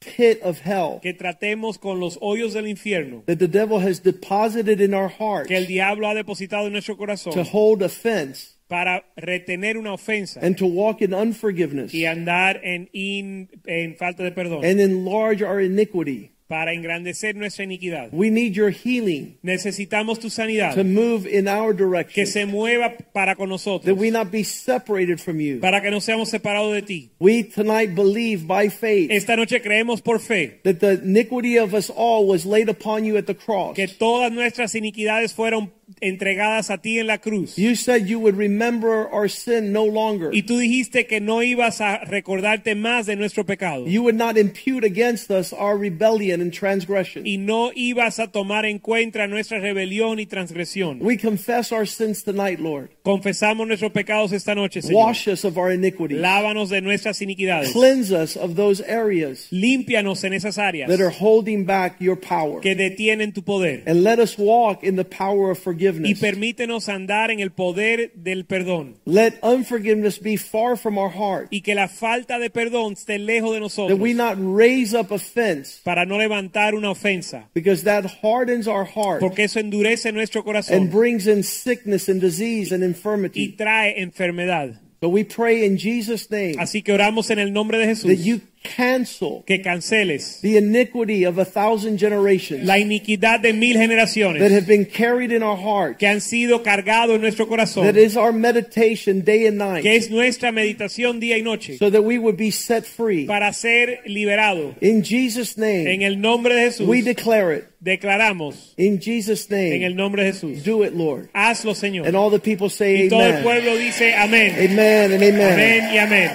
D: pit of hell
C: que tratemos con los hoyos del infierno
D: that the devil has deposited in our hearts
C: que el diablo ha depositado en nuestro
D: to
C: corazón
D: hold offense
C: para retener una ofensa
D: and to walk in unforgiveness
C: y andar en, in- en falta de perdón,
D: and enlarge our iniquity.
C: para engrandecer nuestra iniquidad.
D: We need your healing
C: Necesitamos tu sanidad.
D: to move in our
C: que
D: direction,
C: se mueva para con
D: that
C: nosotros,
D: we not be separated from you.
C: para que no seamos separados de ti.
D: We tonight believe by faith
C: Esta noche creemos por fe
D: that the iniquity of us all was laid upon you at the cross.
C: que todas nuestras iniquidades fueron entregadas a ti en la cruz.
D: You said you would remember our sin no longer.
C: Y tú dijiste que no ibas a recordarte más de nuestro pecado.
D: You would not impute against us our rebellion and transgression.
C: Y no ibas a tomar en cuenta nuestra rebelión y transgresión.
D: We confess our sins tonight, Lord.
C: Confesamos nuestros pecados esta noche, Señor.
D: Wash us of our iniquity.
C: Lávanos de nuestras iniquidades.
D: Cleanse us of those areas
C: Límpianos en esas áreas
D: that are holding back your power.
C: que detienen tu poder.
D: And let us walk in the power of
C: Y
D: forgiveness.
C: permítenos andar en el poder del perdón.
D: Let unforgiveness be far from our heart,
C: y que la falta de perdón esté lejos de
D: that
C: nosotros
D: we not raise up offense,
C: para no levantar una ofensa,
D: because that hardens our heart
C: porque eso endurece nuestro
D: and
C: corazón
D: brings in sickness and disease and
C: y
D: infirmity.
C: trae enfermedad.
D: But we pray in Jesus' name
C: Así que oramos en el nombre de Jesús
D: that you cancel
C: que canceles
D: the iniquity of a thousand generations
C: la iniquidad de mil
D: that
C: generaciones
D: have been carried in our heart,
C: que han sido cargados en nuestro corazón,
D: that is our meditation day and
C: que
D: night,
C: es nuestra meditación día y noche,
D: so that we would be set free.
C: para ser liberado.
D: In Jesus'
C: En
D: name,
C: el nombre de Jesús
D: we declare it.
C: declaramos,
D: In Jesus'
C: en el
D: name,
C: nombre de Jesús,
D: do it, Lord.
C: hazlo Señor.
D: And all the people say
C: Y todo el
D: amen.
C: pueblo dice amén.
D: Amen and amen.
C: Amén y amén.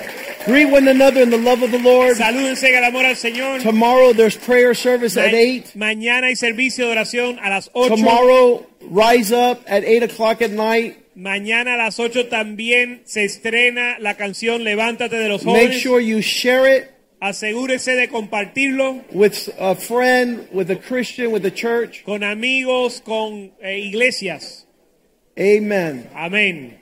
D: Greet one another in the love of the Lord.
C: Salúdense en el amor al Señor.
D: Tomorrow there's prayer service at
C: Ma-
D: 8.
C: Mañana hay servicio de oración a las 8.
D: Tomorrow, rise up at 8 o'clock at night.
C: Mañana a las 8 también se estrena la canción Levántate de los
D: Make
C: jóvenes.
D: sure you share it
C: Asegúrese de compartirlo
D: with a friend, with a Christian, with the church.
C: con amigos, con eh, iglesias.
D: Amen.
C: Amén.